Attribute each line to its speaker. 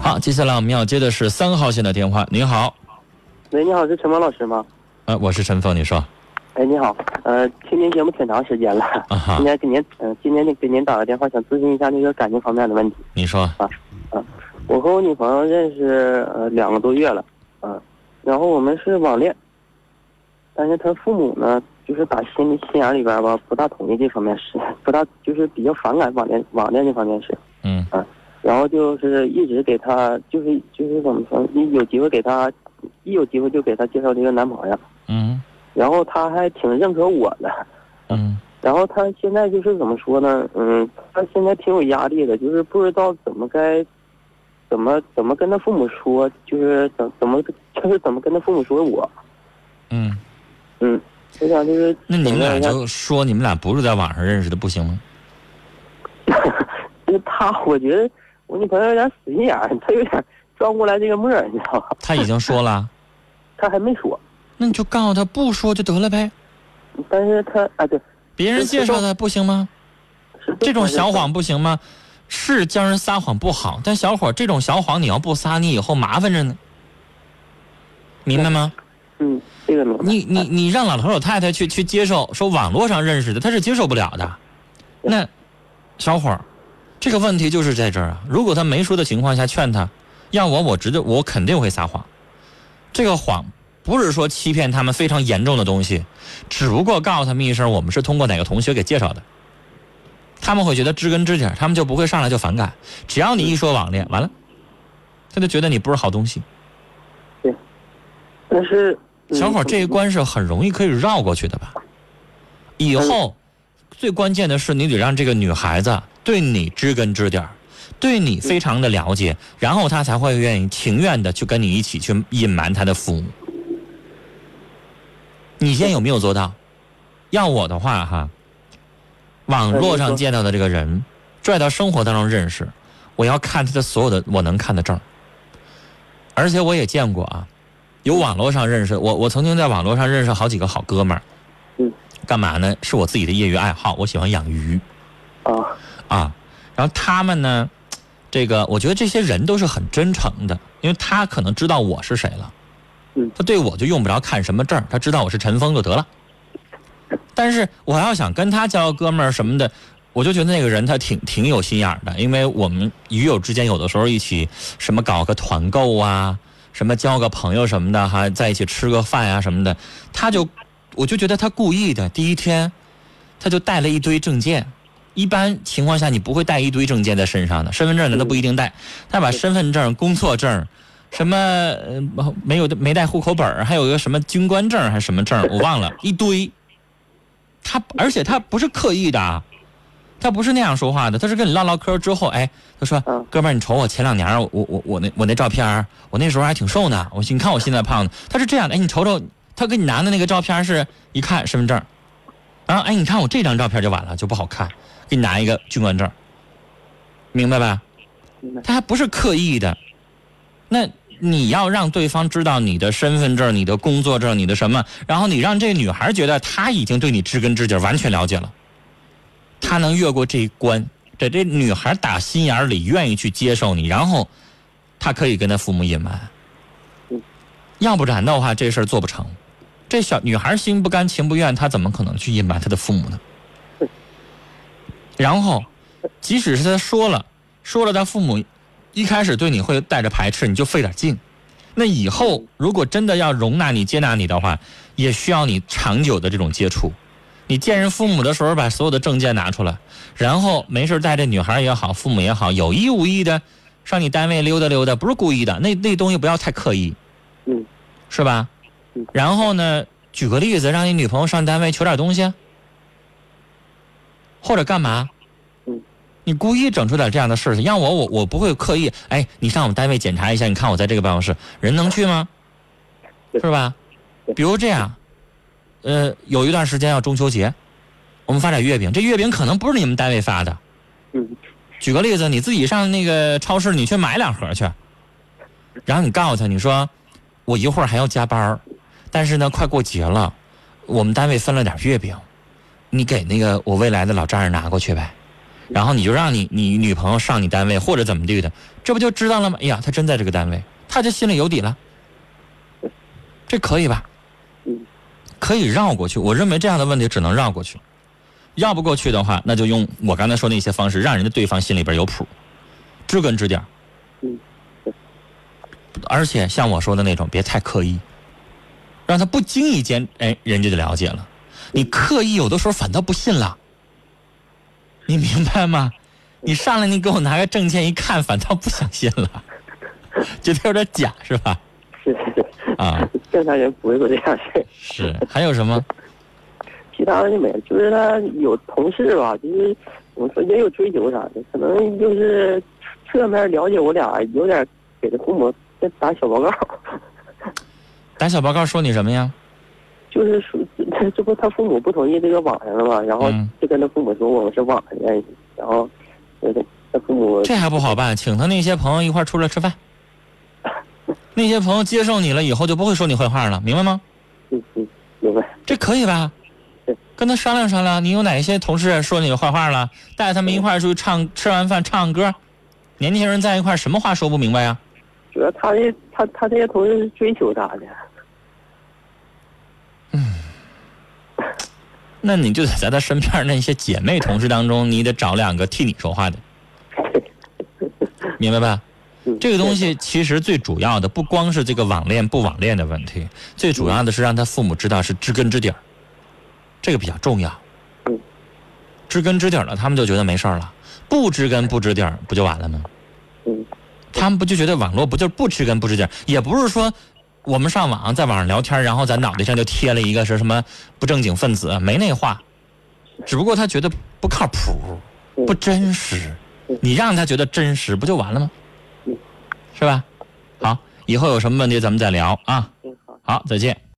Speaker 1: 好，接下来我们要接的是三号线的电话。您好，
Speaker 2: 喂，你好，是陈芳老师吗？
Speaker 1: 呃，我是陈峰，你说
Speaker 2: 哎，你好，呃，听您节目挺长时间了，
Speaker 1: 啊哈
Speaker 2: 今，天给您，嗯、今天给您打个电话，想咨询一下那个感情方面的问题。
Speaker 1: 你说，
Speaker 2: 我和我女朋友认识呃两个多月了，嗯、然后我们是网恋，但是她父母呢，就是打心里心眼里边吧，不大同意这方面事， 不大就是比较反感网恋网恋这方面事，
Speaker 1: 嗯
Speaker 2: 然后就是一直给她，就是就是怎么说，一有机会给她，一有机会就给她介绍这个男朋友，
Speaker 1: 嗯
Speaker 2: 然后她还挺认可我的，
Speaker 1: 嗯
Speaker 2: 然后她现在就是怎么说呢？嗯，她现在挺有压力的，就是不知道怎么该，怎么怎么跟她父母说，就是怎怎么就是怎么跟她父母说我。
Speaker 1: 嗯，
Speaker 2: 嗯，我想就是
Speaker 1: 那你们俩
Speaker 2: 请教一下
Speaker 1: 就说你们俩不是在网上认识的，不行吗？
Speaker 2: 就是她，我觉得我女朋友有点死心眼儿，她有点转不过来这个沫儿，你知道吧？
Speaker 1: 他已经说了，
Speaker 2: 她还没说，
Speaker 1: 那你就告诉他不说就得了呗，
Speaker 2: 但是她啊对，
Speaker 1: 别人介绍的不行吗？
Speaker 2: 是
Speaker 1: 这种小谎不行吗？是教人撒谎不好，但小伙这种小谎你要不撒，你以后麻烦着呢，明白吗？
Speaker 2: 嗯，这个明白。
Speaker 1: 你你你让老头老太太去去接受，说网络上认识的，他是接受不了的。那小伙儿，这个问题就是在这儿啊。如果他没说的情况下劝他，要我我知道我肯定会撒谎。这个谎不是说欺骗他们非常严重的东西，只不过告诉他们一声我们是通过哪个同学给介绍的，他们会觉得知根知底儿，他们就不会上来就反感。只要你一说网恋，完了，他就觉得你不是好东西。
Speaker 2: 但是嗯
Speaker 1: 小伙，这一关是很容易可以绕过去的吧？以后最关键的是，你得让这个女孩子对你知根知底儿，对你非常的了解，然后她才会愿意情愿的去跟你一起去隐瞒她的父母。你现在有没有做到？要我的话哈，网络上见到的这个人，拽到生活当中认识，我要看他的所有的我能看的证儿，而且我也见过啊，有网络上认识我，我曾经在网络上认识好几个好哥们儿。
Speaker 2: 嗯，
Speaker 1: 干嘛呢？是我自己的业余爱好，我喜欢养鱼
Speaker 2: 啊，
Speaker 1: 啊。然后他们呢，这个我觉得这些人都是很真诚的，因为他可能知道我是谁了。
Speaker 2: 嗯
Speaker 1: 他对我就用不着看什么证儿，他知道我是陈峰就得了。但是我要想跟他交哥们儿什么的，我就觉得那个人他挺挺有心眼儿的，因为我们鱼友之间有的时候一起什么搞个团购啊，什么交个朋友什么的，还在一起吃个饭呀、啊什么的，他就我就觉得他故意的。第一天，他就带了一堆证件，一般情况下你不会带一堆证件在身上的，身份证呢他不一定带，他把身份证、工作证。什么呃没有的没带户口本儿还有一个什么军官证还是什么证，我忘了一堆。他而且他不是刻意的啊，他不是那样说话的，他是跟你唠唠嗑之后，哎，他说
Speaker 2: 嗯：“
Speaker 1: 哥们儿，你瞅我前两年儿，我我我那我那照片儿，我那时候还挺瘦呢，我你看我现在胖了。”他是这样的，哎，你瞅瞅，他给你拿的那个照片儿是一看身份证儿，然后哎，你看我这张照片儿就完了，就不好看，给你拿一个军官证儿，明白吧？
Speaker 2: 明白
Speaker 1: 他还不是刻意的。那你要让对方知道你的身份证、你的工作证、你的什么，然后你让这女孩觉得她已经对你知根知底儿，完全了解了，她能越过这一关，在这女孩打心眼儿里愿意去接受你，然后她可以跟她父母隐瞒
Speaker 2: 嗯。
Speaker 1: 要不然的话，这事儿做不成。这小女孩心不甘情不愿，她怎么可能去隐瞒她的父母呢
Speaker 2: 是？
Speaker 1: 然后，即使是她说了，说了，她父母一开始对你会带着排斥，你就费点劲。那以
Speaker 2: 嗯
Speaker 1: 后如果真的要容纳你、接纳你的话，也需要你长久的这种接触。你见人父母的时候，把所有的证件拿出来，然后没事带着女孩也好，父母也好，有意无意的上你单位溜达溜达，不是故意的。那那东西不要太刻意，
Speaker 2: 嗯，
Speaker 1: 是吧
Speaker 2: 嗯？
Speaker 1: 然后呢，举个例子，让你女朋友上单位求点东西，啊或者干嘛？
Speaker 2: 嗯，
Speaker 1: 你故意整出点这样的事情，要我我我不会刻意。哎，你上我们单位检查一下，你看我在这个办公室，人能去吗？
Speaker 2: 对
Speaker 1: 是吧
Speaker 2: 对？
Speaker 1: 比如这样，呃，有一段时间要中秋节，我们发点月饼，这月饼可能不是你们单位发的。
Speaker 2: 嗯
Speaker 1: 举个例子，你自己上那个超市，你去买两盒去，啊然后你告诉他，你说我一会儿还要加班儿，但是呢，快过节了，我们单位分了点月饼，你给那个我未来的老丈人拿过去呗。然后你就让你你女朋友上你单位或者怎么地的，这不就知道了吗？哎呀，他真在这个单位，他就心里有底了，这可以吧？
Speaker 2: 嗯，
Speaker 1: 可以绕过去。我认为这样的问题只能绕过去，绕不过去的话，那就用我刚才说那些方式，让人家对方心里边有谱，知根知底儿。
Speaker 2: 嗯，
Speaker 1: 而且像我说的那种，别太刻意，让他不经意间，哎，人家就了解了。你刻意有的时候反倒不信了，你明白吗？你上来你给我拿个证件一看，反倒不相信了，觉得有点假是吧？
Speaker 2: 是是是，
Speaker 1: 啊，
Speaker 2: 正常人不会做这样事儿。
Speaker 1: 是。还有什么？
Speaker 2: 其他的就没了，就是他有同事吧，就是我说也有追求啥的，可能就是侧面了解我俩，有点给他父母在打小报告，
Speaker 1: 打小报告说你什么呀？
Speaker 2: 就是说这这不他父母不同意这个网上了嘛，然后
Speaker 1: 嗯
Speaker 2: 就跟他父母说我们是网上认识，然后呃他父母
Speaker 1: 这还不好办，请他那些朋友一块儿出来吃饭。那些朋友接受你了以后，就不会说你坏话了，明白吗？
Speaker 2: 嗯嗯明白，
Speaker 1: 这可以吧
Speaker 2: 对？
Speaker 1: 跟他商量商量，你有哪些同事说你坏话了？带他们一块儿出去唱，吃完饭唱歌。年轻人在一块儿，什么话说不明白呀、啊
Speaker 2: 主要他这他他这些同事是追求啥的，
Speaker 1: 那你就得在他身边儿那些姐妹同事当中，你得找两个替你说话的，明白吧？
Speaker 2: 嗯
Speaker 1: 这个东西其实最主要的不光是这个网恋不网恋的问题，最主要的是让他父母知道是知根知底儿，这个比较重要
Speaker 2: 嗯。
Speaker 1: 知根知底儿了，他们就觉得没事儿了；不知根不知底儿，不就完了吗？
Speaker 2: 嗯
Speaker 1: 他们不就觉得网络不就是不知根不知底儿？也不是说我们上网在网上聊天，然后咱脑袋上就贴了一个是什么不正经分子，没那话。只不过他觉得不靠谱，
Speaker 2: 嗯
Speaker 1: 不真实
Speaker 2: 嗯，
Speaker 1: 你让他觉得真实不就完了吗
Speaker 2: 嗯？
Speaker 1: 是吧？好，以后有什么问题咱们再聊啊。
Speaker 2: 挺好。
Speaker 1: 好，再见。